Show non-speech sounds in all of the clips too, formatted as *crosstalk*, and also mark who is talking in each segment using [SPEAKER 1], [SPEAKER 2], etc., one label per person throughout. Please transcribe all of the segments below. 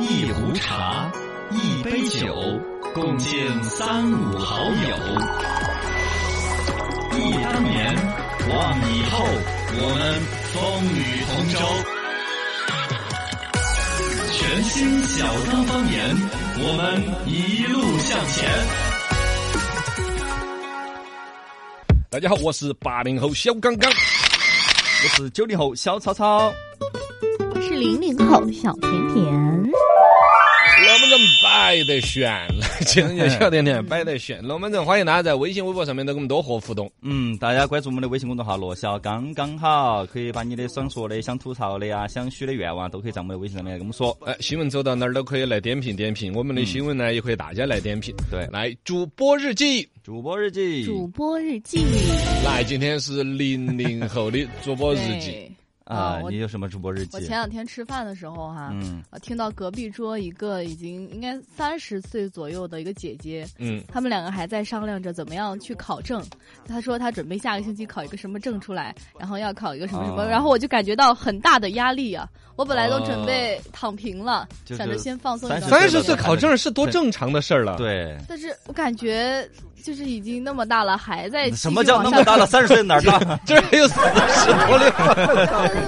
[SPEAKER 1] 一壶茶，一杯酒，共敬三五好友。忆当年，望以后，我们风雨同舟。全新小刚方言，我们一路向前。
[SPEAKER 2] 大家好，我是八零后小刚刚，我是九零后小超超。
[SPEAKER 3] 我是零零后小甜甜，
[SPEAKER 2] 龙门阵摆得炫 *laughs* 了，情人节小甜甜摆得炫。龙门阵欢迎大家在微信、微博上面都跟我们多和互动。
[SPEAKER 4] 嗯，大家关注我们的微信公众号“罗小刚刚好”，可以把你的想说的、想吐槽的呀、想许的愿望，都可以在我们的微信上面来跟我们说。
[SPEAKER 2] 哎，新闻走到哪儿都可以来点评点评，我们的新闻呢、也可以大家来点评。
[SPEAKER 4] 对
[SPEAKER 2] 来主播日记，
[SPEAKER 4] 主播日记
[SPEAKER 3] 主播日记
[SPEAKER 2] 来今天是零零后的主播日记，
[SPEAKER 5] 对
[SPEAKER 4] 啊
[SPEAKER 5] 啊，我
[SPEAKER 4] 你有什么主播日
[SPEAKER 5] 我
[SPEAKER 4] 记
[SPEAKER 5] 前？两天吃饭的时候哈、
[SPEAKER 4] 嗯
[SPEAKER 5] 呃听到隔壁桌一个已经应该三十岁左右的一个姐姐，
[SPEAKER 2] 嗯，
[SPEAKER 5] 他们两个还在商量着怎么样去考证。她说她准备下个星期考一个什么证出来，然后要考一个什么什么，
[SPEAKER 4] 哦
[SPEAKER 5] 然后我就感觉到很大的压力啊！我本来都准备躺平了，
[SPEAKER 4] 啊就是
[SPEAKER 5] 想着先放松一
[SPEAKER 4] 30
[SPEAKER 5] 段
[SPEAKER 2] 三
[SPEAKER 5] 时
[SPEAKER 2] 十
[SPEAKER 5] 间。
[SPEAKER 2] 岁考证是多正常的事儿了。，
[SPEAKER 4] 对，
[SPEAKER 5] 但是我感觉就是已经那么大了，还在
[SPEAKER 4] 什么叫那么大
[SPEAKER 5] 了？
[SPEAKER 4] 了？三
[SPEAKER 5] *laughs*
[SPEAKER 4] 十岁哪儿大？
[SPEAKER 2] 这还有四十多的，
[SPEAKER 5] 但是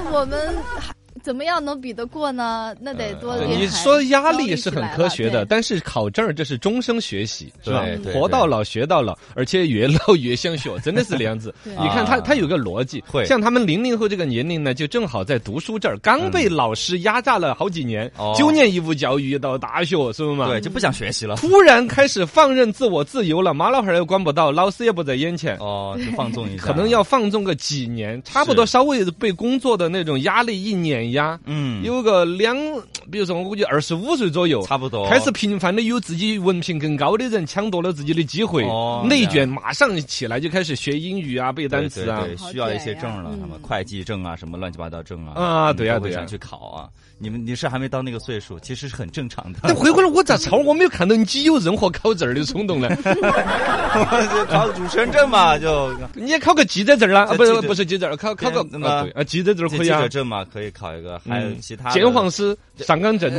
[SPEAKER 5] *laughs* 我们还怎么样能比得过呢？那得多
[SPEAKER 4] 对
[SPEAKER 5] 厉害。
[SPEAKER 2] 呃你说压
[SPEAKER 5] 都
[SPEAKER 2] 力
[SPEAKER 5] 一
[SPEAKER 2] 是
[SPEAKER 5] 起
[SPEAKER 2] 很
[SPEAKER 5] 来
[SPEAKER 2] 科
[SPEAKER 5] 了
[SPEAKER 2] 学的，
[SPEAKER 5] 对
[SPEAKER 2] 但是考证儿这是终生学习，是吧
[SPEAKER 4] 对？对
[SPEAKER 2] 活到
[SPEAKER 4] 对
[SPEAKER 2] 老学到老，而且越老越想学，真的是那样子。
[SPEAKER 5] 对
[SPEAKER 2] 你看他，
[SPEAKER 4] 啊
[SPEAKER 2] 他有个逻辑
[SPEAKER 4] 会，
[SPEAKER 2] 像他们零零后这个年龄呢，就正好在读书这儿，刚被老师压榨了好几年
[SPEAKER 4] 嗯哦，
[SPEAKER 2] *laughs* 九年义务教育到大学，是不嘛？
[SPEAKER 4] 对，就不想学习了。
[SPEAKER 2] 突然开始放任自我自由了，马老汉儿也管不到，老师也不在眼前。
[SPEAKER 4] 哦，就放纵一下，
[SPEAKER 2] 可能要放纵个几年，差不多稍微被工作的那种压力一碾压，
[SPEAKER 4] 嗯，
[SPEAKER 2] 有个两，比如说我估计二十五岁左右，
[SPEAKER 4] 差不多
[SPEAKER 2] 开始频繁的有自己文凭更高的人抢夺了自己的机会
[SPEAKER 4] 哦，
[SPEAKER 2] 内卷马上起来就开始学英语啊，背单
[SPEAKER 4] 对
[SPEAKER 2] 词
[SPEAKER 4] 对
[SPEAKER 2] 啊。
[SPEAKER 4] 对，
[SPEAKER 5] 好
[SPEAKER 4] 需要一
[SPEAKER 5] 卷
[SPEAKER 4] 些
[SPEAKER 5] 呀
[SPEAKER 4] 证了，什么
[SPEAKER 5] 嗯
[SPEAKER 4] 会计证啊，什么乱七八糟证啊，
[SPEAKER 2] 啊对呀
[SPEAKER 4] 呀
[SPEAKER 2] 对呀
[SPEAKER 4] 想去考啊。你们你是还没到那个岁数，其实是很正常的。
[SPEAKER 2] *laughs* 但回过来，我咋朝我没有看到你有任何考证儿的冲
[SPEAKER 4] *laughs*
[SPEAKER 2] 动呢？
[SPEAKER 4] 就考主持人证嘛，就
[SPEAKER 2] 你也考个记者证儿啦？啊，不是
[SPEAKER 4] 记者
[SPEAKER 2] 不是记者证儿，考考个
[SPEAKER 4] 嗯那么
[SPEAKER 2] 啊对啊记者证儿
[SPEAKER 4] 记
[SPEAKER 2] 可
[SPEAKER 4] 记
[SPEAKER 2] 以啊
[SPEAKER 4] 者。证嘛，可以考一个，还有
[SPEAKER 2] 嗯
[SPEAKER 4] 其他的
[SPEAKER 2] 鉴黄师、上岗
[SPEAKER 4] *laughs*
[SPEAKER 2] 证、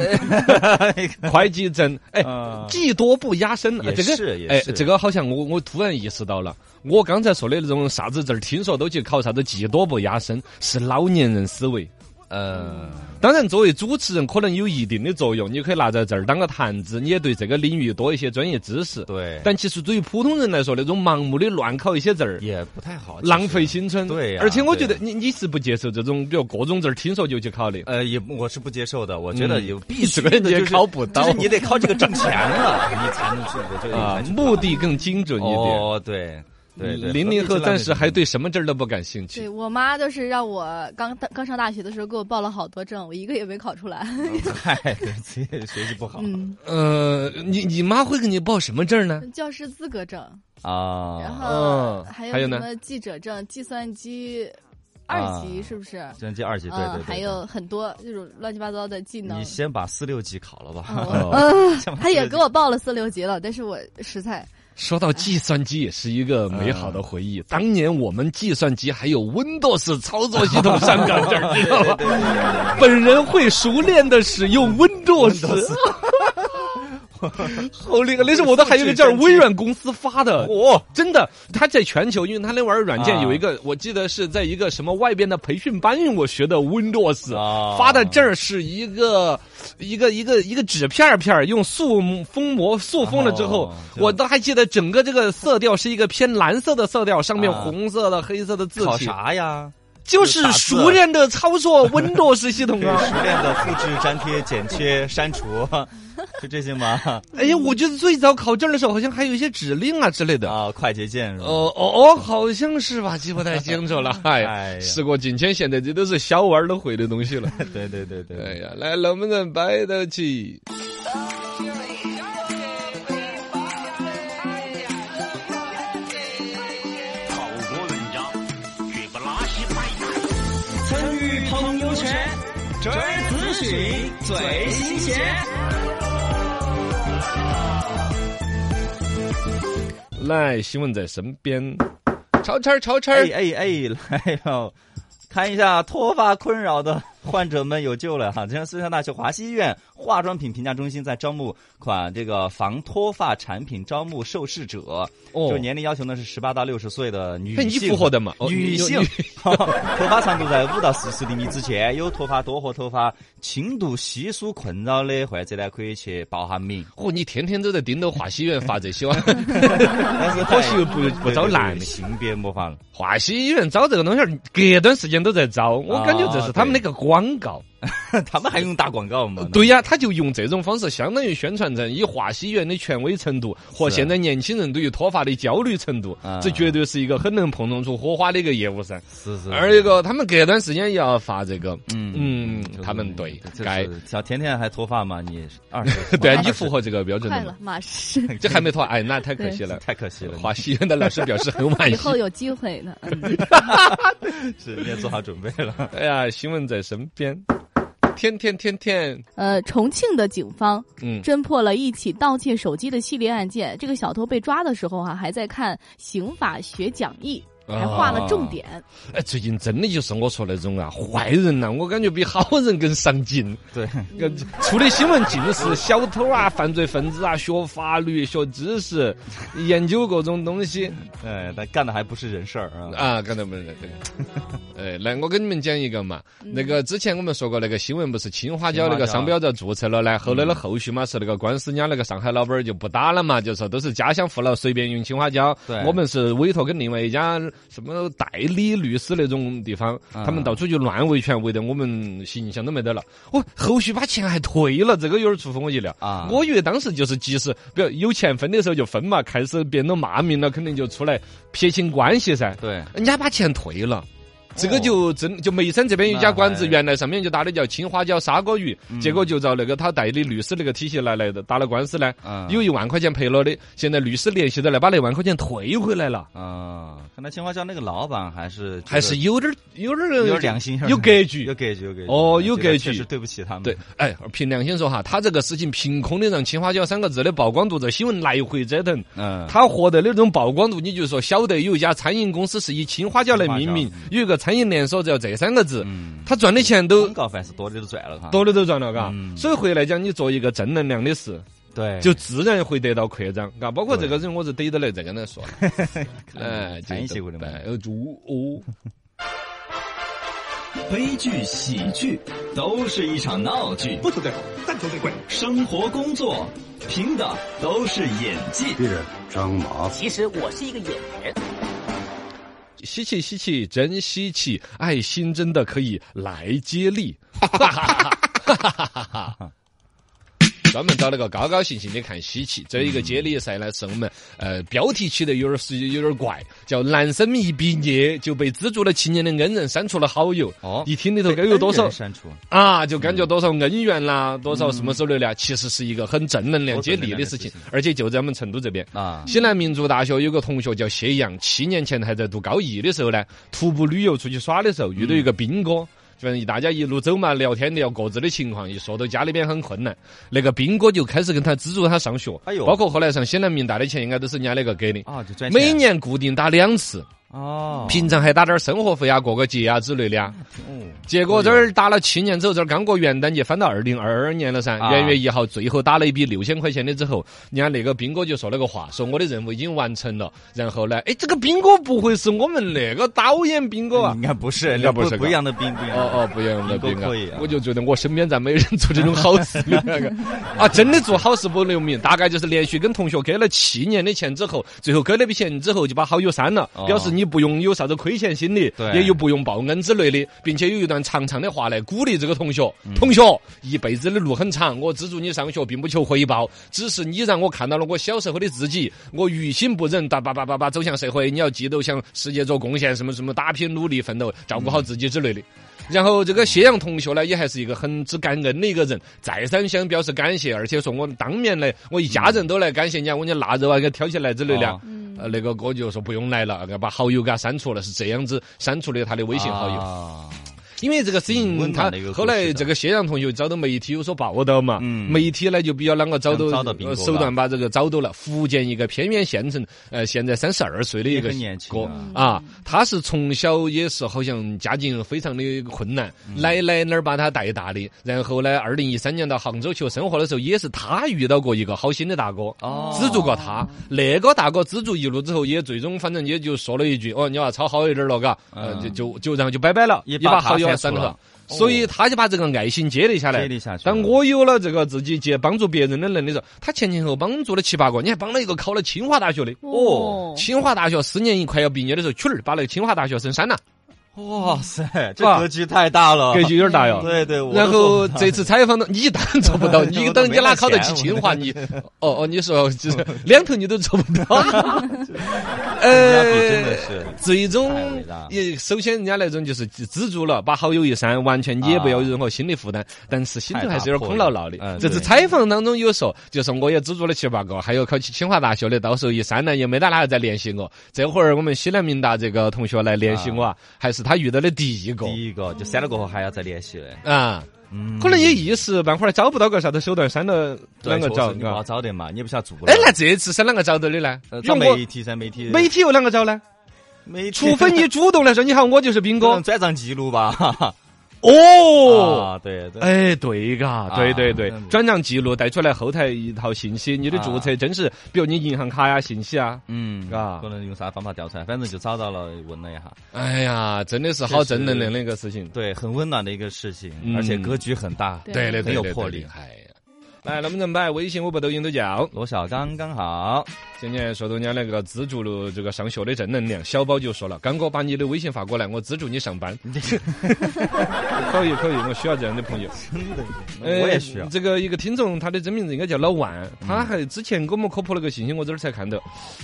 [SPEAKER 2] 会计证，哎
[SPEAKER 4] 啊，
[SPEAKER 2] *laughs* 技多不压身啊
[SPEAKER 4] 也。
[SPEAKER 2] 这个
[SPEAKER 4] 是也
[SPEAKER 2] 哎，
[SPEAKER 4] 是
[SPEAKER 2] 这个好像我我突然意识到了，我刚才说的那种啥子证儿，听说都去考啥子技多不压身，是老年人思维。
[SPEAKER 4] 呃，
[SPEAKER 2] 当然，作为主持人可能有一定的作用，你可以拿在这儿当个谈资，你也对这个领域多一些专业知识。
[SPEAKER 4] 对，
[SPEAKER 2] 但其实对于普通人来说，那种盲目的乱考一些字儿，
[SPEAKER 4] 也不太好，其实
[SPEAKER 2] 浪费。青春。
[SPEAKER 4] 对呀
[SPEAKER 2] 而且我觉得
[SPEAKER 4] 对
[SPEAKER 2] 你
[SPEAKER 4] 呀啊
[SPEAKER 2] 你是不接受这种，比如各种字儿听说就去考的。
[SPEAKER 4] 呃，也我是不接受的，我觉得
[SPEAKER 2] 嗯
[SPEAKER 4] 有必须
[SPEAKER 2] 这个
[SPEAKER 4] 的
[SPEAKER 2] 你也
[SPEAKER 4] 就是
[SPEAKER 2] 考不到
[SPEAKER 4] 就是你得靠这个挣钱啊了，你才能去，我觉得
[SPEAKER 2] 啊
[SPEAKER 4] 你才，去
[SPEAKER 2] 目的更精准一点。
[SPEAKER 4] 哎哦，对对对，
[SPEAKER 2] 零零后暂时还
[SPEAKER 4] 对。
[SPEAKER 2] 对什么证儿都不感兴趣
[SPEAKER 5] 对。我妈就是让我刚刚上大学的时候给我报了好多证，我一个也没考出来。
[SPEAKER 4] 嗨，自己学习不
[SPEAKER 2] 哦
[SPEAKER 5] *laughs*
[SPEAKER 4] 好
[SPEAKER 5] 嗯，
[SPEAKER 2] 呃，你你妈会给你报什么证儿呢？
[SPEAKER 5] 教师资格证，然
[SPEAKER 4] 啊。
[SPEAKER 5] 后
[SPEAKER 2] 嗯
[SPEAKER 5] 还
[SPEAKER 2] 还有
[SPEAKER 5] 有
[SPEAKER 2] 呢
[SPEAKER 5] 什么记者证、计算机二级是不是？
[SPEAKER 4] 计算机二级，对对
[SPEAKER 5] 嗯，
[SPEAKER 4] 对，
[SPEAKER 5] 还有嗯很多这种乱七八糟的技能
[SPEAKER 4] 你。先把四六级考了吧。
[SPEAKER 5] 哦
[SPEAKER 4] 先把
[SPEAKER 5] 她也
[SPEAKER 4] 4-6级
[SPEAKER 5] 给我报了四六级了，但是我实在
[SPEAKER 2] 说到计算机，也是一个美好的回忆。当年我们计算机还有 Windows 操作系统上岗 *laughs* 证儿，知道吧？本人会熟练的使用 Windows。好厉害！那时候我都还有一个证儿，微软公司发的。
[SPEAKER 4] 哦，
[SPEAKER 2] 真的，他在全球，因为他那玩意儿软件
[SPEAKER 4] 啊
[SPEAKER 2] 有一个，我记得是在一个什么外边的培训班，我学的 Windows，、
[SPEAKER 5] 嗯
[SPEAKER 4] 啊
[SPEAKER 2] 发的证儿是一个一个一个一个纸片儿片儿，用塑封膜塑封了之后，
[SPEAKER 4] 哦
[SPEAKER 2] 我都还记得整个这个色调是一个偏蓝色的色调，上面
[SPEAKER 4] 啊
[SPEAKER 2] 红色的、黑色的字
[SPEAKER 4] 考
[SPEAKER 2] 体，
[SPEAKER 4] 啥呀？
[SPEAKER 2] 就是
[SPEAKER 4] 打字
[SPEAKER 2] 熟练的操作 Windows 系统
[SPEAKER 4] 可以
[SPEAKER 2] 啊。
[SPEAKER 4] 熟
[SPEAKER 2] *laughs*
[SPEAKER 4] 练的复制、粘贴、剪切、删除， *laughs* 就这些吗？
[SPEAKER 2] 哎呀，我觉得最早考证的时候，好像还有一些指令啊之类的。
[SPEAKER 4] 啊，快捷键是吧？
[SPEAKER 2] 哦哦哦，好像是吧，记不太清楚了。 *laughs* 哎
[SPEAKER 4] 哎
[SPEAKER 2] 呀，
[SPEAKER 4] 呀
[SPEAKER 2] 时过境迁，现在这都是小娃儿都会的东西了。
[SPEAKER 4] *laughs* 对对对对
[SPEAKER 2] 哎呀，来能不能摆得起？
[SPEAKER 1] 好多文章，绝不拉稀卖药。参与朋友圈，追资讯最新鲜。
[SPEAKER 2] 来，新闻在身边，超超超超，
[SPEAKER 4] 哎哎哎，来哟，看一下脱发困扰的患者们有救了哈！浙江师范大学华西医院化妆品评价中心在招募款这个防脱发产品招募受试者，
[SPEAKER 2] 哦
[SPEAKER 4] 就年龄要求呢是十八到六十岁的女
[SPEAKER 2] 那
[SPEAKER 4] 性。
[SPEAKER 2] 你符合的嘛哦
[SPEAKER 4] 女
[SPEAKER 2] 你
[SPEAKER 4] 性
[SPEAKER 2] 你
[SPEAKER 4] 头发长度在五到四十厘米之间，有脱发多和头发轻度稀疏困扰的患者呢，可以去报下名。
[SPEAKER 2] 嚯，你天天都在盯着华西医院发这些哇， *laughs*
[SPEAKER 4] 但是
[SPEAKER 2] 可惜
[SPEAKER 4] 在
[SPEAKER 2] 不不
[SPEAKER 4] 对
[SPEAKER 2] 招
[SPEAKER 4] 对对
[SPEAKER 2] 男的
[SPEAKER 4] 性别模仿。
[SPEAKER 2] 华西医院招这个东西儿，隔段时间都在招，
[SPEAKER 4] 啊
[SPEAKER 2] 我感觉这是他们那个广告。
[SPEAKER 4] 他们还用打广告吗？
[SPEAKER 2] 对呀、他就用这种方式，相当于宣传成以华西医院的权威程度和
[SPEAKER 4] 是
[SPEAKER 2] 现在年轻人对于脱发的焦虑程度，
[SPEAKER 4] 啊
[SPEAKER 2] 这绝对是一个很能碰撞出火花的一个业务噻。
[SPEAKER 4] 是是。
[SPEAKER 2] 二一个，他们隔段时间也要发这个，嗯
[SPEAKER 4] 嗯
[SPEAKER 2] 嗯，他们对
[SPEAKER 4] 就是
[SPEAKER 2] 该，
[SPEAKER 4] 小甜甜还脱发吗？你二
[SPEAKER 2] *laughs*
[SPEAKER 4] 十
[SPEAKER 2] 对你符合这个标准
[SPEAKER 5] 快
[SPEAKER 2] 的
[SPEAKER 5] 了
[SPEAKER 2] 吗？，
[SPEAKER 5] 马上
[SPEAKER 2] 这还没脱，哎，那太可惜了。
[SPEAKER 4] 太可惜了，
[SPEAKER 2] 华西医院的老师表示很惋
[SPEAKER 5] 以后
[SPEAKER 2] 惜。
[SPEAKER 5] 有机会的。嗯
[SPEAKER 4] 是你也做好准备
[SPEAKER 2] *laughs*
[SPEAKER 4] 了。
[SPEAKER 2] 哎呀，新闻在身边，天天天天，
[SPEAKER 5] 呃，重庆的警方
[SPEAKER 2] 嗯，
[SPEAKER 5] 侦破了一起盗窃手机的系列案件。这个小偷被抓的时候啊，还在看刑法学讲义，还画了重点。
[SPEAKER 2] 哎，最近真的就是我说那种啊，坏人呐、我感觉比好人更上进。
[SPEAKER 4] *laughs* 对，
[SPEAKER 2] 呃出的新闻尽是小偷啊、犯罪分子啊，学法律、学知识，研究各种东西
[SPEAKER 4] 哎，但干的还不是人事儿
[SPEAKER 2] *laughs*
[SPEAKER 4] 啊。
[SPEAKER 2] 啊，刚才不是
[SPEAKER 4] *laughs*
[SPEAKER 2] 对。哎，来，我跟你们讲一个嘛，
[SPEAKER 4] 嗯
[SPEAKER 2] 那个之前我们说过，那个新闻不是青花椒那个商标遭注册了
[SPEAKER 4] 嗯
[SPEAKER 2] 呢，后来的后续嘛是那个官司，人家那个上海老板儿就不打了嘛，就说都是家乡父老随便用青花椒
[SPEAKER 4] 对，
[SPEAKER 2] 我们是委托跟另外一家什么代理律师那种地方，
[SPEAKER 4] 啊
[SPEAKER 2] 他们到处就乱维权，围得我们形象都没得了。我后续把钱还退了，这个有点出乎我意料
[SPEAKER 4] 啊
[SPEAKER 2] 我以为当时就是即使比如有钱分的时候就分嘛，开始变得骂名了，肯定就出来撇清关系噻。
[SPEAKER 4] 对，
[SPEAKER 2] 人家把钱退了。这个就真就眉山这边有一家馆子，
[SPEAKER 4] 哦那还啊
[SPEAKER 2] 原来上面就打的叫青花椒砂锅鱼，结果就遭那个他代理律师那个体系来来的打了官司呢，
[SPEAKER 4] 嗯
[SPEAKER 2] *laughs* 有一万块钱赔了的，现在律师联系到来把那万块钱退回来了，
[SPEAKER 4] 啊，看来青花椒那个老板还是
[SPEAKER 2] 还是
[SPEAKER 4] 觉
[SPEAKER 2] 有点儿有点
[SPEAKER 4] 得
[SPEAKER 2] 儿
[SPEAKER 4] 有点良心，
[SPEAKER 2] 有格
[SPEAKER 4] 有
[SPEAKER 2] 局。
[SPEAKER 4] 格局，有格局。
[SPEAKER 2] 哦有
[SPEAKER 4] 觉得
[SPEAKER 2] 格
[SPEAKER 4] 确
[SPEAKER 2] 局
[SPEAKER 4] 实对不起他们。
[SPEAKER 2] 对，哎，凭良心说哈，他这个事情凭空的让“青花椒”三个字的曝光度，这新闻来回折腾，
[SPEAKER 4] 嗯，
[SPEAKER 2] 他获得的那种曝光度，你就说晓得有一家餐饮公司是以青花椒来命名
[SPEAKER 4] 青，
[SPEAKER 2] 有一个餐饮连锁叫这三个字，
[SPEAKER 4] 嗯，
[SPEAKER 2] 他赚的钱都
[SPEAKER 4] 广告凡是多的都赚了哈。
[SPEAKER 2] 多的都赚了，嘎、
[SPEAKER 4] 嗯哎
[SPEAKER 2] 所以回来讲，你做一个正能量的事，
[SPEAKER 4] 对，
[SPEAKER 2] 就自然会得到扩张，嘎。包括这个人，我是逮到来再跟他
[SPEAKER 4] *laughs*
[SPEAKER 2] 说了，哎，
[SPEAKER 4] 参与
[SPEAKER 2] 这
[SPEAKER 4] 协会的嘛
[SPEAKER 2] 对，呃猪哦，
[SPEAKER 1] 悲剧、喜剧都是一场闹剧，不求最好，但求最贵。生活、工作，凭的都是演技。
[SPEAKER 6] 鄙人张麻子，
[SPEAKER 7] 其实我是一个演员。
[SPEAKER 2] 稀奇稀奇，真稀奇，爱心真的可以来接力， *laughs* 哈哈哈哈哈哈哈哈。专门找了个高高兴兴的看稀奇，这一个接力赛呢，是我们呃标题起的有点儿是有点儿怪，叫“男生一毕业就被资助了七年的恩人删除了好友”，
[SPEAKER 4] 哦
[SPEAKER 2] 一听里头该有多少
[SPEAKER 4] 被恩人嗯删除？
[SPEAKER 2] 啊，就感觉多少恩怨
[SPEAKER 4] 嗯
[SPEAKER 2] 啦，多少什么之类的，其实是一个很正能量、
[SPEAKER 4] 多
[SPEAKER 2] 接
[SPEAKER 4] 正能
[SPEAKER 2] 地
[SPEAKER 4] 量
[SPEAKER 2] 的
[SPEAKER 4] 的
[SPEAKER 2] 事
[SPEAKER 4] 事
[SPEAKER 2] 情
[SPEAKER 4] 情，
[SPEAKER 2] 而且就在我们成都这边。
[SPEAKER 4] 啊，
[SPEAKER 2] 西南民族大学有个同学叫谢阳，七年前还在读高一的时候呢，徒步旅游出去耍的
[SPEAKER 4] 嗯
[SPEAKER 2] 时候，遇到一个兵哥，反正大家一路走嘛，聊天聊各自的情况，一说到家里边很困难，那个兵哥就开始跟他资助他上学，
[SPEAKER 4] 哎呦
[SPEAKER 2] 包括后来上西南民大的钱应该都是人家那个给的，
[SPEAKER 4] 啊，就赚钱
[SPEAKER 2] 每年固定打两次，
[SPEAKER 4] 哦，
[SPEAKER 2] 平常还打点儿生活费啊、过个节啊之类的啊。
[SPEAKER 4] 哦
[SPEAKER 2] 结果这儿打了七年之后，这儿刚过元旦节，翻到二零二二年了噻。
[SPEAKER 4] 啊
[SPEAKER 2] 元月一号，最后打了一笔六千块钱的之后，人家那个兵哥就说了个话，说我的任务已经完成了。然后呢，哎，这个兵哥不会是我们那个导演兵哥啊
[SPEAKER 4] 应？该不是，
[SPEAKER 2] 应该不是
[SPEAKER 4] 不一样的兵，不一样
[SPEAKER 2] 哦
[SPEAKER 4] 的
[SPEAKER 2] 哦，不一样的
[SPEAKER 4] 兵哥
[SPEAKER 2] 兵哥
[SPEAKER 4] 啊可以啊，
[SPEAKER 2] 我就觉得我身边咋没人做这种好
[SPEAKER 4] *laughs*
[SPEAKER 2] 事的那个啊，真的做好事不留名，大概就是连续跟同学给了七年的钱之后，最后给了笔钱之后就把好友删了，
[SPEAKER 4] 哦
[SPEAKER 2] 表示你不用有啥子亏欠心理，
[SPEAKER 4] 对
[SPEAKER 2] 也有不用报恩之类的，并且有一段长长的话来鼓励这个同学，
[SPEAKER 4] 嗯
[SPEAKER 2] 同学一辈子的路很长，我资助你上学并不求回报，只是你让我看到了我小时候的自己，我于心不忍，哒叭叭叭叭走向社会，你要记得向世界做贡献，什么什么打拼努力奋斗，照
[SPEAKER 4] 嗯
[SPEAKER 2] 顾好自己之类的。然后这个谢阳同学呢，也还是一个很知感恩的一个人，再三想表示感谢，而且说我们当面来，我一家人都来感谢你啊，我讲腊肉啊给挑起来之类的啊
[SPEAKER 4] 哦。
[SPEAKER 5] 嗯
[SPEAKER 2] 呃，那个哥就说不用来了，把好友给他删除了，是这样子删除的他的微信好友。
[SPEAKER 4] 友，
[SPEAKER 2] 因为这个事情，
[SPEAKER 4] 嗯温
[SPEAKER 2] 他
[SPEAKER 4] 暖的一个故事
[SPEAKER 2] 后来
[SPEAKER 4] 的
[SPEAKER 2] 这个谢阳同学找到媒体有所报道嘛，
[SPEAKER 4] 嗯
[SPEAKER 2] 媒体呢就比较啷个找到
[SPEAKER 4] 想找到并
[SPEAKER 2] 呃
[SPEAKER 4] 购
[SPEAKER 2] 手
[SPEAKER 4] 吧
[SPEAKER 2] 段把这个找到了。福建一个偏远县城，呃，现在三十二岁的一
[SPEAKER 4] 也
[SPEAKER 2] 个
[SPEAKER 4] 很年轻
[SPEAKER 2] 哥
[SPEAKER 4] 啊
[SPEAKER 2] 啊，他是从小也是好像家境非常的困难，
[SPEAKER 4] 嗯
[SPEAKER 2] 奶奶那儿把他带大的。然后呢，二零一三年到杭州求生活的时候，也是他遇到过一个好心的大哥，
[SPEAKER 4] 哦
[SPEAKER 2] 资助过他。那个大哥资助一路之后，也最终反正也就说了一句：“哦，你娃操好一点儿了，嘎。”呃，就就就然后就拜拜了，
[SPEAKER 4] 嗯也
[SPEAKER 2] 也
[SPEAKER 4] 把
[SPEAKER 2] 把
[SPEAKER 4] 他
[SPEAKER 2] 好友
[SPEAKER 4] 删
[SPEAKER 2] 还
[SPEAKER 4] 除
[SPEAKER 2] 删
[SPEAKER 4] 了哦
[SPEAKER 2] 了。所以他就把这个爱心接了下来
[SPEAKER 4] 接力。下去了。
[SPEAKER 2] 当我有了这个自己接帮助别人的能力的时候，他前前后后帮助了七八个，你还帮了一个考了清华大学的。
[SPEAKER 5] 哦
[SPEAKER 2] 清华大学四年一快要毕业的时候，曲儿把那个清华大学生删了，
[SPEAKER 4] 哇塞，这
[SPEAKER 2] 是吧
[SPEAKER 4] 格局太大了，
[SPEAKER 2] 啊格局有点大哟。
[SPEAKER 4] 对对，我
[SPEAKER 2] 嗯
[SPEAKER 4] 都
[SPEAKER 2] 然
[SPEAKER 4] 说
[SPEAKER 2] 后这次采访到你
[SPEAKER 4] *laughs*
[SPEAKER 2] 当然做不到，
[SPEAKER 4] 我都
[SPEAKER 2] 你等你哪考得起
[SPEAKER 4] 没那
[SPEAKER 2] 清华？你哦哦，你说就是两头你都做不
[SPEAKER 4] *laughs*
[SPEAKER 2] 到。
[SPEAKER 4] 人家哎比真
[SPEAKER 2] 呃
[SPEAKER 4] 的，是
[SPEAKER 2] 最终
[SPEAKER 4] 太伟大了
[SPEAKER 2] 也首先人家那种就是资助了，把好友一删，完全你也不要有任何心理负担，但是心头还是有点空落落
[SPEAKER 4] 啊太大魄力
[SPEAKER 2] 的。
[SPEAKER 4] 嗯
[SPEAKER 2] 这次
[SPEAKER 4] 对
[SPEAKER 2] 采访当中有说，就是我也资助了七八个，还有考起清华大学的，到时候一删了也没得哪个再联系我。这会儿我们西南民大这个同学来联系我，啊，还是他遇到的第一个
[SPEAKER 4] 第一个就删了过后还要再联系的，
[SPEAKER 2] 啊。
[SPEAKER 4] 嗯
[SPEAKER 2] 可能也一时半会儿找不到个啥子手段删了啷个找
[SPEAKER 4] 你不好
[SPEAKER 2] 啊？
[SPEAKER 4] 找的嘛，你也不晓得做了。
[SPEAKER 2] 哎，那这次是啷个找到的呢
[SPEAKER 4] 呃？找
[SPEAKER 2] 用我
[SPEAKER 4] 媒体噻，媒体
[SPEAKER 2] 媒体又啷个找呢？
[SPEAKER 4] 媒体，
[SPEAKER 2] 除非
[SPEAKER 4] *laughs*
[SPEAKER 2] 你主动来说你好，我就是斌
[SPEAKER 4] 可能
[SPEAKER 2] 哥。
[SPEAKER 4] 转账记录吧。哈哈
[SPEAKER 2] 哦，
[SPEAKER 4] 嗯 *laughs* 啊，对对，
[SPEAKER 2] 哎，对嘎，对对对
[SPEAKER 4] 嗯，
[SPEAKER 2] 转账记录带出来后台一套信息，你的注册真是，比如你银行卡呀信息啊。
[SPEAKER 4] 嗯，
[SPEAKER 2] 嘎
[SPEAKER 4] 可能用啥方法调出来，反正就找到了，问了一下，
[SPEAKER 2] 哎呀，真的是好正能量的一个事情。
[SPEAKER 4] 对，很温暖的一个事情，
[SPEAKER 2] 嗯
[SPEAKER 4] 而且格局很大。
[SPEAKER 5] 对
[SPEAKER 2] 对对
[SPEAKER 4] 很
[SPEAKER 2] 对，
[SPEAKER 4] 有
[SPEAKER 2] 对
[SPEAKER 4] 魄。
[SPEAKER 2] 对
[SPEAKER 4] 力
[SPEAKER 2] 对哎呀，来，能不能摆微信、微博、抖音都叫？
[SPEAKER 4] 罗小刚刚好，
[SPEAKER 2] 今年说到人家那个资助了这个上学的正能量，小宝就说了：“刚哥，把你的微信发过来，我资助你上 *laughs* 班。”可以可以，我需要这样的朋友。呃
[SPEAKER 4] 我也需要。嗯
[SPEAKER 2] 这个一个听众，他的真名字应该叫老万，他还之前给我们科普了个信息，我这儿才看到。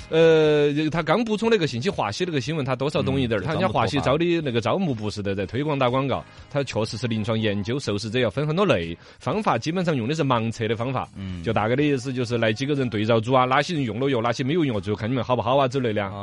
[SPEAKER 2] 呃，他刚补充了一个信息，华西那个新闻他多少懂一点儿。
[SPEAKER 4] 嗯
[SPEAKER 2] 他人
[SPEAKER 4] 就
[SPEAKER 2] 家
[SPEAKER 4] 咱们
[SPEAKER 2] 华西
[SPEAKER 4] 说法
[SPEAKER 2] 招的那个招募不是的，在推广打广告，他确实是临床研究，受试者要分很多类，方法基本上用的是盲测的方法。
[SPEAKER 4] 嗯，
[SPEAKER 2] 就大概的意思就是来几个人对照组啊，哪些人用了药，哪些没有用，最后看你们好不好啊之类的啊。
[SPEAKER 4] 啊，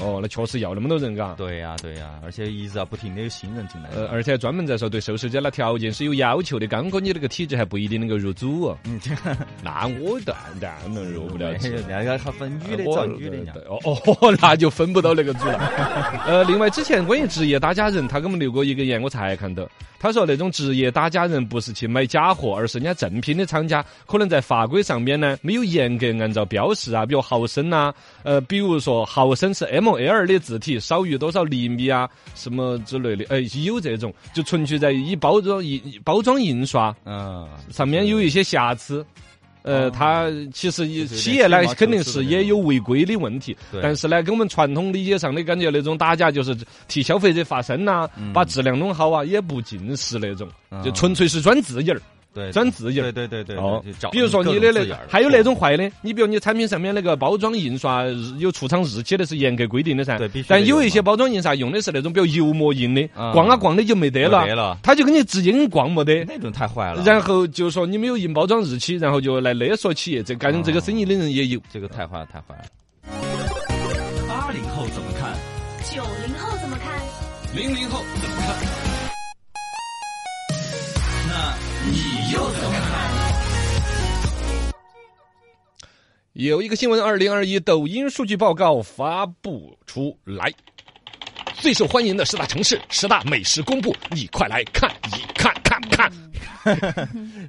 [SPEAKER 2] 哦，那确实要那么多人嘎。
[SPEAKER 4] 对呀对呀，而且一直啊不停的有新人进来。
[SPEAKER 2] 呃，而且专门在说对受试者的条件是有要求的。刚哥，你那个体质还不一定能够入组哦。
[SPEAKER 4] 嗯，
[SPEAKER 2] *laughs* 那我当然能入不了组。啊
[SPEAKER 4] 人家他分女的
[SPEAKER 2] 我
[SPEAKER 4] 找女的呀。
[SPEAKER 2] 哦哦， *laughs* 那就分不到那个组了。 *laughs* 呃，另外之前关于职业打假人，他给我们留过一个言，我才看到。他说那种职业打假人不是去买假货，而是人家正品的厂家可能在法规上面呢没有严格按照标示啊，比如毫升呐、呃，比如说毫升是 ml 的字体少于多少厘米啊，什么之类的，哎，有这种就纯粹在以包装印包装印刷
[SPEAKER 4] 嗯，
[SPEAKER 2] 上呃面有一些瑕疵。呃，
[SPEAKER 4] 哦
[SPEAKER 2] 它其实也
[SPEAKER 4] 就是有点
[SPEAKER 2] 企业呢
[SPEAKER 4] 吹毛求疵
[SPEAKER 2] 肯定
[SPEAKER 4] 的
[SPEAKER 2] 是
[SPEAKER 4] 那
[SPEAKER 2] 也
[SPEAKER 4] 种
[SPEAKER 2] 有违规的问题，
[SPEAKER 4] 对
[SPEAKER 2] 但是呢，跟我们传统理解上的感觉那种打假就是替消费者发声呐、
[SPEAKER 4] 嗯
[SPEAKER 2] 把质量弄好啊，也不尽是那种，
[SPEAKER 4] 嗯
[SPEAKER 2] 就纯粹是转字眼儿。
[SPEAKER 4] 对
[SPEAKER 2] 专职业
[SPEAKER 4] 对对对对，
[SPEAKER 2] 哦
[SPEAKER 4] 就找
[SPEAKER 2] 比如说
[SPEAKER 4] 各
[SPEAKER 2] 你
[SPEAKER 4] 种
[SPEAKER 2] 的
[SPEAKER 4] 字
[SPEAKER 2] 那个
[SPEAKER 4] 眼儿，
[SPEAKER 2] 还有那种坏的，你比如你产品上面那个包装印刷日有出厂日期的是严格规定的噻
[SPEAKER 4] 对必须，得
[SPEAKER 2] 但有
[SPEAKER 4] 有
[SPEAKER 2] 一
[SPEAKER 4] 嘛
[SPEAKER 2] 些包装印刷用的是那种比如油墨印的，
[SPEAKER 4] 嗯
[SPEAKER 2] 逛啊逛的就没得
[SPEAKER 4] 没得了
[SPEAKER 2] 了，他就给你直接给你逛没得。
[SPEAKER 4] 那种太坏了，
[SPEAKER 2] 然后就说你没有印包装日期，然后就来勒索企业，这干这个生意的人也有。
[SPEAKER 4] 这个太坏了，太坏了。
[SPEAKER 1] 八零后怎么看？
[SPEAKER 6] 九零后怎么看？
[SPEAKER 1] 零零后怎么看？那你又怎么看？
[SPEAKER 2] 有一个新闻，二零二一抖音数据报告发布出来，最受欢迎的十大城市、十大美食公布，你快来看一看看看。
[SPEAKER 5] 嗯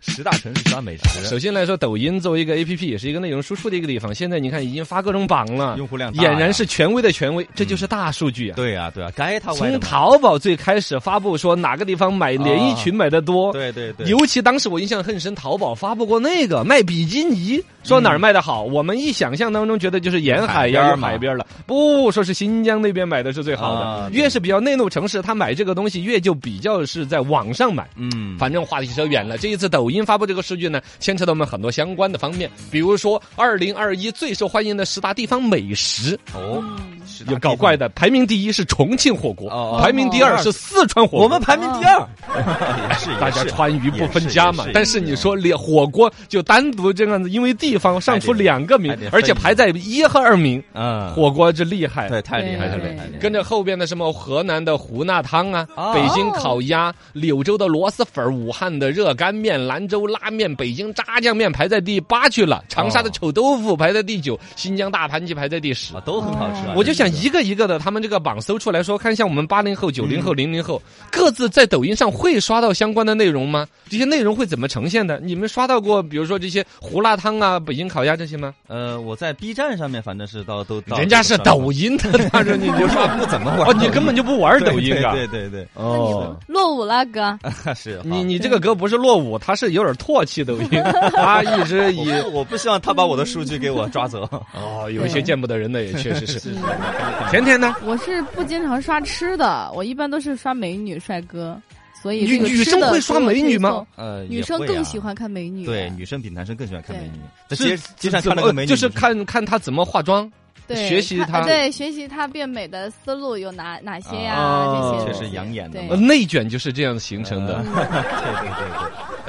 [SPEAKER 4] 十大城市十大美食
[SPEAKER 2] *laughs* 首，先来说，抖音作为一个 A P P，也是一个内容输出的一个地方。现在你看，已经发各种榜了，
[SPEAKER 4] 用户量大呀
[SPEAKER 2] *laughs* 俨然是权威的权威，这就是大数据啊。
[SPEAKER 4] 对呀对呀，该他歪
[SPEAKER 2] 从
[SPEAKER 4] 的嘛。
[SPEAKER 2] 淘宝最开始发布说哪个地方买连衣裙买的多，
[SPEAKER 4] 对对对，
[SPEAKER 2] 尤其当时我印象很深，淘宝发布过那个卖比基尼，说哪儿卖的好，我们一想象当中觉得就是沿海
[SPEAKER 4] 海边
[SPEAKER 2] 呀、
[SPEAKER 4] 儿
[SPEAKER 2] 有
[SPEAKER 4] 嘛
[SPEAKER 2] 海边儿了，不说是新疆那边买的是最好的。
[SPEAKER 4] 啊对
[SPEAKER 2] 越是比较内陆城市，他买这个东西越就比较是在网上买。
[SPEAKER 4] 嗯，
[SPEAKER 2] 反正话题扯远了。这一次抖音发布这个数据呢，牵扯到我们很多相关的方面，比如说二零二一最受欢迎的十大地方美食。
[SPEAKER 4] 哦，十大
[SPEAKER 2] 也
[SPEAKER 4] 必
[SPEAKER 2] 搞
[SPEAKER 4] 中
[SPEAKER 2] 怪的，排名第一是重庆火锅，
[SPEAKER 4] 哦哦
[SPEAKER 2] 排名第二是四川火锅。
[SPEAKER 4] 我们排名第二，也是
[SPEAKER 2] 大家川渝不分家嘛，但是你。
[SPEAKER 4] 也也也
[SPEAKER 2] 说连火锅就单独这样子，因为地方上出两个名
[SPEAKER 4] 还得还，得
[SPEAKER 2] 而且排在一和二名，
[SPEAKER 4] 嗯，
[SPEAKER 2] 火锅这厉害。
[SPEAKER 4] 对，太厉害了，
[SPEAKER 5] 对
[SPEAKER 4] 太厉害了
[SPEAKER 2] 跟着后边的什么河南的胡辣汤啊，
[SPEAKER 4] 哦
[SPEAKER 2] 北京烤鸭，柳州的螺蛳粉儿，武汉的热干面，兰州拉面，北京炸酱面排在第八去了，长沙的
[SPEAKER 4] 哦
[SPEAKER 2] 臭豆腐排在第九，新疆大盘鸡排在第十
[SPEAKER 4] 啊，。都很好吃啊。
[SPEAKER 2] 我就想
[SPEAKER 4] 真的
[SPEAKER 2] 一个一个的，他们这个榜搜出来说，看一下我们八零后、九零后、零零后各自在抖音上会刷到相关的内容吗？这些内容会怎么呈现的？你们刷到过，比如说这些胡辣汤啊、北京烤鸭这些吗？
[SPEAKER 4] 呃，我在 B 站上面反正是到都到，
[SPEAKER 2] 人家是抖
[SPEAKER 4] 音，
[SPEAKER 2] 音的，他说你就刷 *laughs*
[SPEAKER 4] 不怎么玩
[SPEAKER 2] 哦，你根本就不玩抖音啊？
[SPEAKER 4] 对对对，
[SPEAKER 2] 哦，
[SPEAKER 5] 落伍了哥，
[SPEAKER 4] 对是好
[SPEAKER 2] 你你这个歌不是落伍，他是有点唾弃抖音，他一直以
[SPEAKER 4] 我不我不希望他把我的数据给我抓走。
[SPEAKER 2] 哦，有一些见不得人的也确实 *laughs* 是。甜甜 *laughs* 呢？
[SPEAKER 5] *laughs* 我是不经常刷吃的，我一般都是刷美女帅哥，所以
[SPEAKER 2] 女
[SPEAKER 5] 这个吃的
[SPEAKER 2] 女生会刷美女吗？
[SPEAKER 4] 呃，
[SPEAKER 5] 女
[SPEAKER 4] 也
[SPEAKER 5] 生
[SPEAKER 4] 会
[SPEAKER 5] 更
[SPEAKER 4] 啊
[SPEAKER 5] 喜欢看美女，啊
[SPEAKER 4] 对，女生比男生更喜欢看美女，在
[SPEAKER 2] 是
[SPEAKER 4] 街街上看
[SPEAKER 2] 怎
[SPEAKER 4] 到
[SPEAKER 2] 么
[SPEAKER 4] 个美女，
[SPEAKER 2] 就是
[SPEAKER 4] 你
[SPEAKER 2] 看看她怎么化妆。
[SPEAKER 5] 对
[SPEAKER 2] 学习
[SPEAKER 5] 看
[SPEAKER 2] 她
[SPEAKER 5] 对学习她变美的思路有哪哪些呀？
[SPEAKER 2] 啊
[SPEAKER 5] 这些
[SPEAKER 4] 确实养眼的
[SPEAKER 5] 对
[SPEAKER 2] 呃，内卷就是这样形成的。
[SPEAKER 4] 对对对对。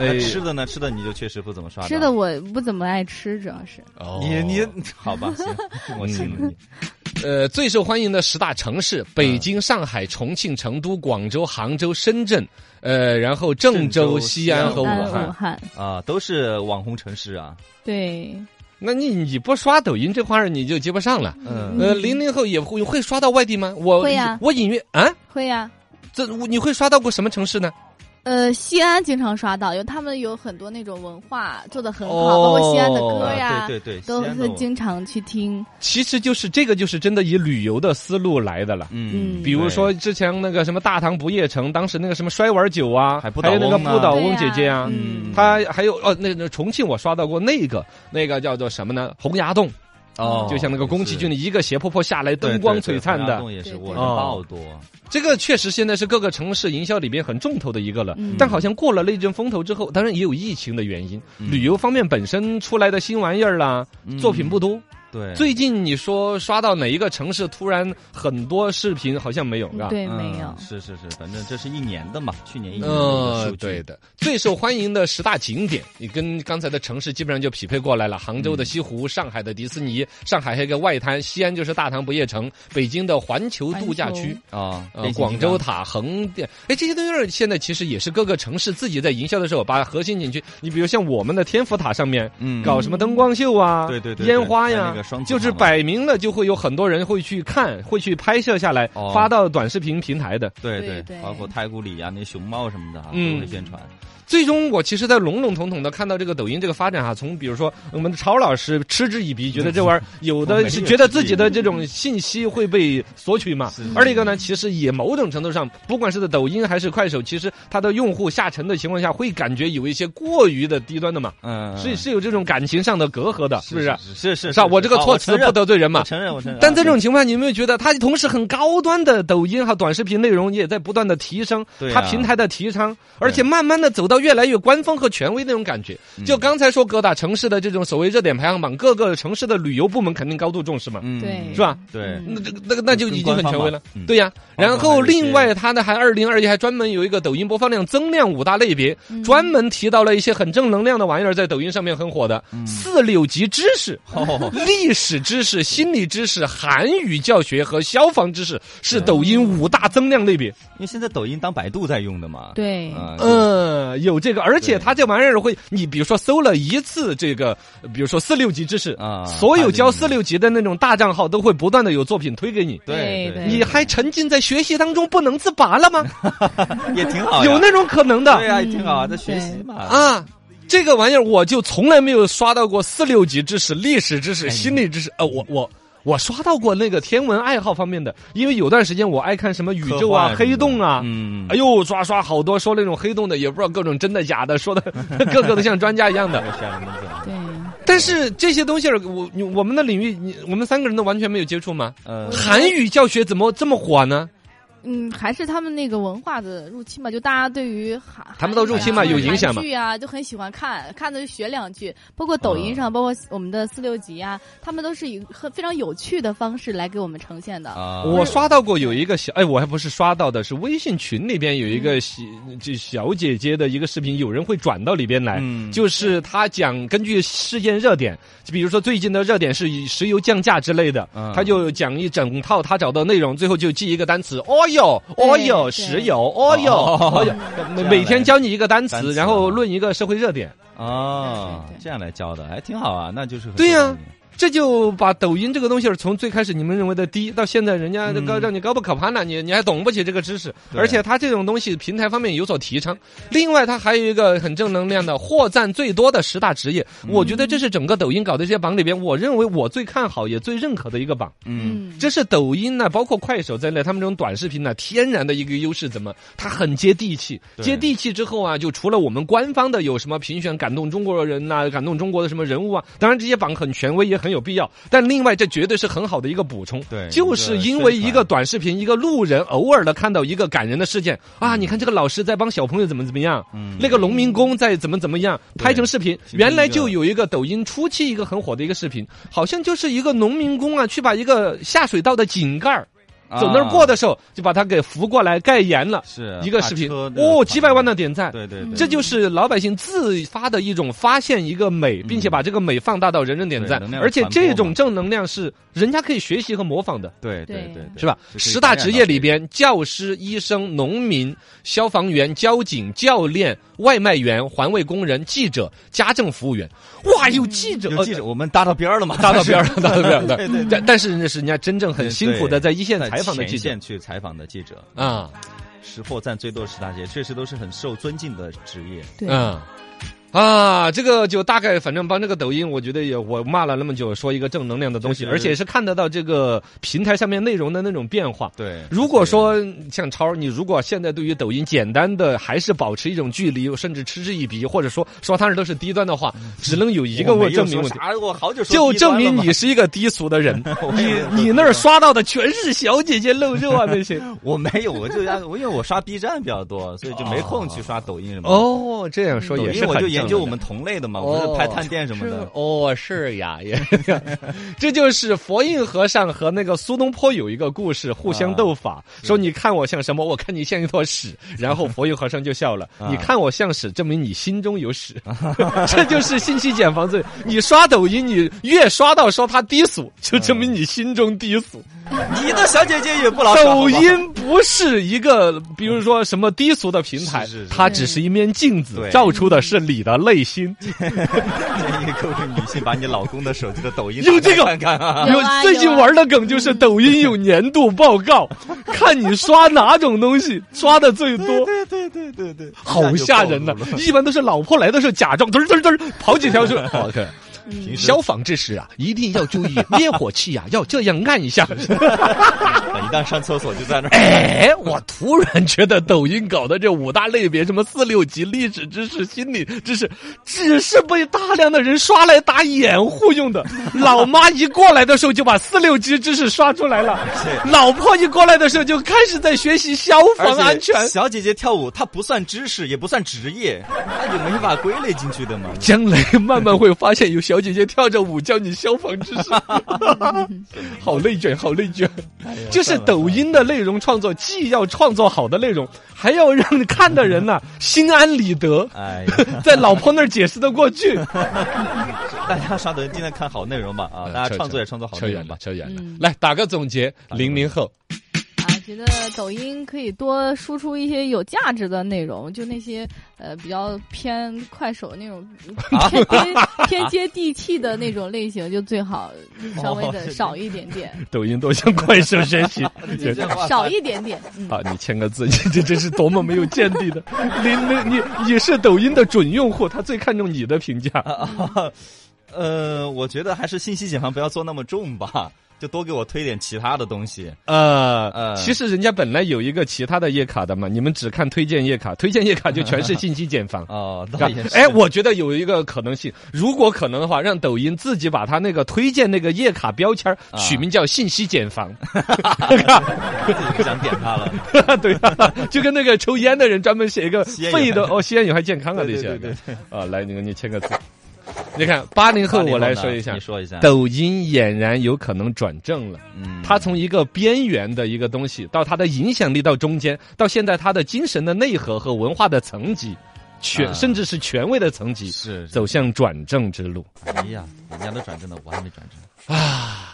[SPEAKER 2] 哎
[SPEAKER 4] 那吃的呢？吃的你就确实不怎么刷到。
[SPEAKER 5] 吃的我不怎么爱吃，主要是
[SPEAKER 2] 哦
[SPEAKER 4] 你你好吧，行，我信了你。
[SPEAKER 2] 呃，最受欢迎的十大城市：北京、上海、重庆、成都、广州、杭州、深圳，呃，然后郑
[SPEAKER 4] 郑州
[SPEAKER 2] 州、西安嗯和武
[SPEAKER 4] 西安
[SPEAKER 5] 安武
[SPEAKER 2] 汉。
[SPEAKER 5] 汉，
[SPEAKER 4] 啊，都是网红城市啊。
[SPEAKER 5] 对，
[SPEAKER 2] 那你你不刷抖音这块儿，你就接不上了。
[SPEAKER 4] 嗯，
[SPEAKER 2] 呃，零零后也会会刷到外地吗？我
[SPEAKER 5] 会呀
[SPEAKER 2] 我隐约啊，
[SPEAKER 5] 会呀。
[SPEAKER 2] 这我你会刷到过什么城市呢？
[SPEAKER 5] 呃，西安经常刷到，有他们有很多那种文化做的很好，
[SPEAKER 2] 哦
[SPEAKER 5] 包括西安的歌
[SPEAKER 4] 啊
[SPEAKER 5] 呀，
[SPEAKER 4] 对对对，
[SPEAKER 5] 都
[SPEAKER 4] 西安的
[SPEAKER 5] 会
[SPEAKER 4] 网
[SPEAKER 5] 经常去听。
[SPEAKER 2] 其实就是这个，就是真的以旅游的思路来的了。
[SPEAKER 4] 嗯，
[SPEAKER 2] 比如说之前那个什么大唐不夜城，当时那个什么摔碗酒啊，
[SPEAKER 4] 还
[SPEAKER 2] 还
[SPEAKER 4] 不倒
[SPEAKER 2] 有那个
[SPEAKER 4] 翁啊
[SPEAKER 2] 不倒翁姐姐啊
[SPEAKER 5] 对呀，嗯
[SPEAKER 2] 他还有哦，那那重庆我刷到过那个那个叫做什么呢？洪崖洞，
[SPEAKER 4] 对哦，
[SPEAKER 2] 就像那个宫崎骏的一个斜坡坡下来，
[SPEAKER 4] 对
[SPEAKER 2] 灯光璀璨，
[SPEAKER 4] 对对对
[SPEAKER 2] 的哦
[SPEAKER 4] 红崖。洞也是
[SPEAKER 5] 对对
[SPEAKER 4] 我
[SPEAKER 2] 对
[SPEAKER 4] 爆多。
[SPEAKER 2] 这个确实现在是各个城市营销里边很重头的一个了
[SPEAKER 5] 嗯。
[SPEAKER 2] 但好像过了那阵风头之后，当然也有疫情的原因，
[SPEAKER 4] 嗯
[SPEAKER 2] 旅游方面本身出来的新玩意儿啦，作品不多。
[SPEAKER 4] 对，
[SPEAKER 2] 最近你说刷到哪一个城市突然很多视频，好像没有，是吧？
[SPEAKER 5] 对，
[SPEAKER 4] 嗯
[SPEAKER 5] 没有。
[SPEAKER 4] 是是是，反正这是一年的嘛，去年一年的
[SPEAKER 2] 呃
[SPEAKER 4] 嗯数，据
[SPEAKER 2] 对，的，最受欢迎的十大景点，你跟刚才的城市基本上就匹配过来了。杭州
[SPEAKER 4] 嗯
[SPEAKER 2] 的西湖，上海的迪士尼，上海还有一个外滩，西安就是大唐不夜城，北京的环球度假区，
[SPEAKER 4] 啊，
[SPEAKER 2] 呃，
[SPEAKER 4] 变形
[SPEAKER 2] 广
[SPEAKER 4] 金
[SPEAKER 2] 州
[SPEAKER 4] 刚
[SPEAKER 2] 塔、横店，哎，这些都是现在其实也是各个城市自己在营销的时候，把核心景区，你比如像我们的天府塔上面。
[SPEAKER 4] 嗯
[SPEAKER 2] 搞什么灯光秀啊，
[SPEAKER 4] 对对对
[SPEAKER 2] 烟花
[SPEAKER 4] 还有
[SPEAKER 2] 呀
[SPEAKER 4] 那个双，子
[SPEAKER 2] 就是
[SPEAKER 4] 塔嘛
[SPEAKER 2] 摆明了就会有很多人会去看，会去拍摄下来，
[SPEAKER 4] 哦
[SPEAKER 2] 发到短视频平台的。
[SPEAKER 4] 对
[SPEAKER 5] 对对
[SPEAKER 4] 包括太古里啊、那熊猫什么的啊，
[SPEAKER 2] 嗯
[SPEAKER 4] 都会宣传。
[SPEAKER 2] 最终，我其实，在笼笼统统的看到这个抖音这个发展啊，从比如说我们的曹老师嗤之以鼻，觉得这玩意儿嗯有的是觉得自己的这种信息会被索取嘛
[SPEAKER 4] 是是。
[SPEAKER 2] 二一个呢，其实也某种程度上，不管是在抖音还是快手，其实它的用户下沉的情况下，会感觉有一些过于的低端的嘛，
[SPEAKER 4] 嗯，
[SPEAKER 2] 是是有这种感情上的隔阂的，是不是？
[SPEAKER 4] 是是是
[SPEAKER 2] 是啊，我这个措辞不得罪人
[SPEAKER 4] 嘛，我
[SPEAKER 2] 嘛。
[SPEAKER 4] 承认我承认。
[SPEAKER 2] 但这种
[SPEAKER 4] 啊
[SPEAKER 2] 情况，你有没有觉得它同时很高端的抖音和短视频内容也在不断的提升
[SPEAKER 4] 对，啊
[SPEAKER 2] 它平台的提倡，而且慢慢的走到越来越官方和权威那种感觉
[SPEAKER 4] 嗯。
[SPEAKER 2] 就刚才说各大城市的这种所谓热点排行榜，各个城市的旅游部门肯定高度重视嘛，
[SPEAKER 4] 嗯
[SPEAKER 5] 对
[SPEAKER 2] 是吧？
[SPEAKER 4] 对
[SPEAKER 5] 嗯
[SPEAKER 2] 那这个那个那就已经很权威了
[SPEAKER 4] 更官方嘛嗯，
[SPEAKER 2] 对呀。
[SPEAKER 4] 官方
[SPEAKER 2] 然后
[SPEAKER 4] 还有一些
[SPEAKER 2] 另外，它呢还二零二一还专门有一个抖音播放量增量五大类别，
[SPEAKER 5] 嗯
[SPEAKER 2] 专门提到了一些很正能量的玩意儿，在抖音上面很火的四六级知识。
[SPEAKER 4] 嗯哦，
[SPEAKER 2] 历史知识、心理知识、韩语教学和消防知识是抖音五大增量类别。
[SPEAKER 4] 因为现在抖音当百度在用的嘛。
[SPEAKER 5] 对
[SPEAKER 4] 啊，嗯，
[SPEAKER 2] 嗯，有这个，而且
[SPEAKER 4] 对
[SPEAKER 2] 它这玩意儿会，你比如说搜了一次这个，比如说四六级知识
[SPEAKER 4] 啊
[SPEAKER 2] 所有教
[SPEAKER 4] 它就
[SPEAKER 2] 四六级的那种大账号都会不断的有作品推给你。
[SPEAKER 4] 对
[SPEAKER 5] 对
[SPEAKER 2] 你还沉浸在学习当中不能自拔了
[SPEAKER 4] *laughs*
[SPEAKER 2] 吗？
[SPEAKER 4] 也挺好呀，
[SPEAKER 2] 有那种可能
[SPEAKER 4] 哦对
[SPEAKER 2] 的
[SPEAKER 4] 呀，也挺好啊，在学习嘛。
[SPEAKER 2] 啊。这个玩意儿我就从来没有刷到过四六级知识、历史知
[SPEAKER 4] 哎
[SPEAKER 2] 识、心理知识。呃，我我我刷到过那个天文爱好方面的，因为有段时间我爱看什么宇宙
[SPEAKER 4] 科幻
[SPEAKER 2] 啊
[SPEAKER 4] 什、么的
[SPEAKER 2] 黑洞啊，
[SPEAKER 4] 嗯
[SPEAKER 2] 哎，呦，刷刷好多说那种黑洞的，也不知道各种真的假的， *laughs* 说的个个都像专家一
[SPEAKER 4] *laughs*
[SPEAKER 2] 样的。
[SPEAKER 4] 吓人的
[SPEAKER 5] 对，
[SPEAKER 2] 但是这些东西儿，我你我们的领域，你我们三个人都完全没有接触吗？
[SPEAKER 4] 呃，
[SPEAKER 2] 韩语教学怎么这么火呢？
[SPEAKER 5] 嗯，还是他们那个文化的入侵吧，就大家对于韩
[SPEAKER 2] 他们都入侵嘛
[SPEAKER 5] 韩
[SPEAKER 2] 有影响嘛
[SPEAKER 5] 韩剧啊，就很喜欢看，看的就学两句。包括抖音上，包括我们的四六级啊，他们都是以很非常有趣的方式来给我们呈现的。
[SPEAKER 4] 啊，
[SPEAKER 2] 我刷到过有一个小，哎，我还不是刷到的，是微信群里边有一个小就小姐姐的一个视频，有人会转到里边来，
[SPEAKER 4] 嗯
[SPEAKER 2] 就是她讲根据事件热点，就比如说最近的热点是以石油降价之类的，
[SPEAKER 4] 嗯
[SPEAKER 2] 她就讲一整套她找到内容，最后就记一个单词，哦哟，哦哟，
[SPEAKER 5] 对
[SPEAKER 2] 石油，哦哟，哦哟，每
[SPEAKER 4] 这样
[SPEAKER 2] 每
[SPEAKER 4] 来
[SPEAKER 2] 天教你一个单
[SPEAKER 4] 单
[SPEAKER 2] 词，
[SPEAKER 4] 词
[SPEAKER 2] 然后论一个社会热点，
[SPEAKER 4] 哦
[SPEAKER 5] 对对，对
[SPEAKER 4] 这样来教的，还挺好啊，那就是很
[SPEAKER 2] 对呀
[SPEAKER 4] 受欢迎
[SPEAKER 2] 这就把抖音这个东西儿从最开始你们认为的低，到现在人家都高
[SPEAKER 4] 嗯
[SPEAKER 2] 让你高不可攀了，你你还懂不起这个知识，
[SPEAKER 4] 对
[SPEAKER 2] 而且它这种东西平台方面有所提倡。另外，它还有一个很正能量的获赞最多的十大职业，我觉得这是整个抖音搞的这些榜里边，我认为我最看好也最认可的一个榜。
[SPEAKER 4] 嗯，
[SPEAKER 5] 嗯，
[SPEAKER 2] 这是抖音呢，包括快手在内，他们这种短视频呢，天然的一个优势，怎么？它很接地气，
[SPEAKER 4] 对
[SPEAKER 2] 接地气之后啊，就除了我们官方的有什么评选感动中国人呐、感动中国的什么人物啊，当然这些榜很权威，也很有必要。但另外，这绝对是很好的一个补充。
[SPEAKER 4] 对
[SPEAKER 2] 就是因为一个短视频，一个路人偶尔的看到一个感人的事件啊，你看这个老师在帮小朋友怎么怎么样，
[SPEAKER 4] 嗯
[SPEAKER 2] 那个农民工在怎么怎么样，
[SPEAKER 4] 对
[SPEAKER 2] 拍成视频。
[SPEAKER 4] 形成
[SPEAKER 2] 原来
[SPEAKER 4] 一个
[SPEAKER 2] 就有一个抖音初期一个很火的一个视频，好像就是一个农民工啊，去把一个下水道的井盖儿
[SPEAKER 4] 嗯啊
[SPEAKER 2] 走那儿过
[SPEAKER 4] 的
[SPEAKER 2] 的时候，就把他给扶过来盖严了，
[SPEAKER 4] 是
[SPEAKER 2] 一个
[SPEAKER 4] 大
[SPEAKER 2] 视频
[SPEAKER 4] 呃车那个
[SPEAKER 2] 哦，
[SPEAKER 4] 旁
[SPEAKER 2] 几百万
[SPEAKER 4] 边
[SPEAKER 2] 的点赞。
[SPEAKER 4] 对对
[SPEAKER 5] 嗯
[SPEAKER 4] 对，
[SPEAKER 2] 这就是老百姓自发的一种发现一个美，并且把这个美放大到人人点赞
[SPEAKER 4] 嗯对能，量
[SPEAKER 2] 而且
[SPEAKER 4] 传播
[SPEAKER 2] 这
[SPEAKER 4] 嘛
[SPEAKER 2] 种正能量是人家可以学习和模仿的。
[SPEAKER 4] 对对
[SPEAKER 5] 对
[SPEAKER 4] 对，对
[SPEAKER 2] 是吧？
[SPEAKER 4] 就可以
[SPEAKER 2] 十大
[SPEAKER 4] 感染
[SPEAKER 2] 职
[SPEAKER 4] 到
[SPEAKER 2] 业
[SPEAKER 4] 这
[SPEAKER 2] 里
[SPEAKER 4] 个
[SPEAKER 2] 边，教师、医生、农民、消防员、交警、教练、外卖员、环卫工人、记者、家政服务员。哇，有记者，
[SPEAKER 4] 有记者，我们搭到边儿了嘛？
[SPEAKER 2] 呃 *laughs*
[SPEAKER 4] *laughs*
[SPEAKER 2] 搭到边儿了，搭到边儿了。
[SPEAKER 4] 对对
[SPEAKER 2] 但但是那是人家真正很辛苦的在
[SPEAKER 4] 对
[SPEAKER 2] 一线
[SPEAKER 4] 在
[SPEAKER 2] 采访的记
[SPEAKER 4] 前
[SPEAKER 2] 者
[SPEAKER 4] 线去采访的记者，
[SPEAKER 2] 啊，
[SPEAKER 4] 识破赞最多的十大职业，确实都是很受尊敬的职业。
[SPEAKER 5] 对，
[SPEAKER 2] 嗯。啊，这个就大概，反正帮这个抖音，我觉得也我骂了那么久，说一个正能量的东西，
[SPEAKER 4] 就是
[SPEAKER 2] 而且是看得到这个平台上面内容的那种变化。
[SPEAKER 4] 对
[SPEAKER 2] 如果说像超儿，你如果现在对于抖音简单的还是保持一种距离，甚至嗤之以鼻，或者说说它都是低端的话，只能有一个问证明问题，
[SPEAKER 4] 啥，我好久
[SPEAKER 2] 就证明你是一个低俗的 *laughs* 人。你你那儿刷到的全是小姐姐露肉啊那些。
[SPEAKER 4] 我没有，我就要我因为我刷 B 站比较多，所以就没空去刷抖音什么的。
[SPEAKER 2] *laughs* 哦，这样说
[SPEAKER 4] 抖
[SPEAKER 2] 也
[SPEAKER 4] 音
[SPEAKER 2] 是
[SPEAKER 4] 我
[SPEAKER 2] 很
[SPEAKER 4] 就
[SPEAKER 2] 正
[SPEAKER 4] 研究
[SPEAKER 2] 能
[SPEAKER 4] 我们同类的嘛，啊我
[SPEAKER 2] 哦
[SPEAKER 4] 是拍探店什么的。
[SPEAKER 2] 哦，是呀， *laughs* 也这就是佛印和尚和那个苏东坡有一个故事，互
[SPEAKER 4] 啊
[SPEAKER 2] 相斗法，说你看我像什么，我看你像一坨屎，然后佛印和尚就笑了，
[SPEAKER 4] 啊
[SPEAKER 2] 你看我像屎，证明你心中有屎， *laughs* 这就是信息茧房罪。你刷抖音，你越刷到说他低俗，
[SPEAKER 4] 嗯
[SPEAKER 2] 就证明你心中低俗。
[SPEAKER 4] 你的小姐姐也不老少
[SPEAKER 2] 抖，
[SPEAKER 4] *laughs*
[SPEAKER 2] 音不是一个，比如说什么低俗的平台，
[SPEAKER 4] 是是是
[SPEAKER 2] 它只是一面镜子，
[SPEAKER 4] 对
[SPEAKER 2] 照出的是你的内心。
[SPEAKER 4] 好吧建议各位女性把你老公的手机的抖音
[SPEAKER 2] 有这个
[SPEAKER 4] 打开看看啊。
[SPEAKER 5] 有
[SPEAKER 2] 有
[SPEAKER 5] 啊
[SPEAKER 2] 最近
[SPEAKER 5] 有啊
[SPEAKER 2] 玩的梗就是抖音有年度报
[SPEAKER 4] *laughs*
[SPEAKER 2] 告，看你刷哪种东西刷的最多，
[SPEAKER 4] 对对对对对，
[SPEAKER 2] 好吓人呐、一般都是老婆来的时候假装嘚儿嘚儿嘚儿跑几
[SPEAKER 4] *laughs*
[SPEAKER 2] 条出来。OK，
[SPEAKER 4] 平时
[SPEAKER 2] 消防之时啊，一定要注意灭火器啊，要这样按一下。
[SPEAKER 4] 一旦上厕所就在那儿。
[SPEAKER 2] 哎，我突然觉得抖音搞的这五大类别，什么四六级、历史知识、心理知识，只是被大量的人刷来打掩护用的。老妈一过来的时候就把四六级知识刷出来了，老婆一过来的时候就开始在学习消防安全。
[SPEAKER 4] 小姐姐跳舞，她不算知识，也不算职业，那就没法归类进去的嘛。
[SPEAKER 2] 将来慢慢会发现有小姐姐跳着舞教你消防知 *laughs* 识，好内卷，好内卷。就是抖音的内容创作，既要创作好的内容，还要让看的人 *laughs* 呐、心安理得。
[SPEAKER 4] 哎呀， *laughs*
[SPEAKER 2] 在老婆那儿解释得过 *laughs* 去。
[SPEAKER 4] 大家刷抖音，尽量看好内容吧
[SPEAKER 2] 嗯
[SPEAKER 4] 啊！大家创作也创作好内容吧。
[SPEAKER 2] 扯远
[SPEAKER 5] 了嗯
[SPEAKER 2] 来打个总结，零零后，
[SPEAKER 5] 啊，觉得抖音可以多输出一些有价值的内容，就那些呃比较偏快手那种，
[SPEAKER 2] 啊
[SPEAKER 5] 偏接偏接地气的那种类型就最好，
[SPEAKER 2] 哦
[SPEAKER 5] 稍微的少一点点，
[SPEAKER 2] 抖音都向快手学 *laughs* 习。对
[SPEAKER 5] 就是少一点点。嗯，
[SPEAKER 2] 啊，你签个字，你 *laughs* 这真是多么没有见地的！零零，你你是抖音的准用户，他最看重你的评价。
[SPEAKER 4] *laughs* 啊，呃，我觉得还是信息茧房不要做那么重吧。就多给我推点其他的东西。
[SPEAKER 2] 呃
[SPEAKER 4] 呃。
[SPEAKER 2] 其实人家本来有一个其他的页卡的嘛，你们只看推荐页卡，推荐页卡就全是信息茧房
[SPEAKER 4] *laughs* 哦，倒
[SPEAKER 2] 啊
[SPEAKER 4] 也是
[SPEAKER 2] 哎，我觉得有一个可能性，如果可能的话，让抖音自己把它那个推荐那个页卡标签儿
[SPEAKER 4] 啊
[SPEAKER 2] 取名叫“信息茧房。
[SPEAKER 4] 自己不想点它了。”
[SPEAKER 2] 对啊，就跟那个抽烟的人专门写一个
[SPEAKER 4] 吸烟
[SPEAKER 2] 肺
[SPEAKER 4] 友 *laughs*
[SPEAKER 2] 的哦，吸烟友还健康啊，
[SPEAKER 4] *laughs* 对
[SPEAKER 2] 这些
[SPEAKER 4] 对对
[SPEAKER 2] 啊，来，你你签个字。 *laughs* 你看，八零后我来说一下
[SPEAKER 4] 你，说一下。
[SPEAKER 2] 抖音俨然有可能转正了。
[SPEAKER 4] 嗯
[SPEAKER 2] 它从一个边缘的一个东西，到它的影响力到中间，到现在它的精神的内核和文化的层级，权、
[SPEAKER 4] 啊
[SPEAKER 2] 甚至是权威的层级，
[SPEAKER 4] 是是
[SPEAKER 2] 走向转正之路。
[SPEAKER 4] 哎呀，人家都转正了，我还没转正。
[SPEAKER 2] 啊，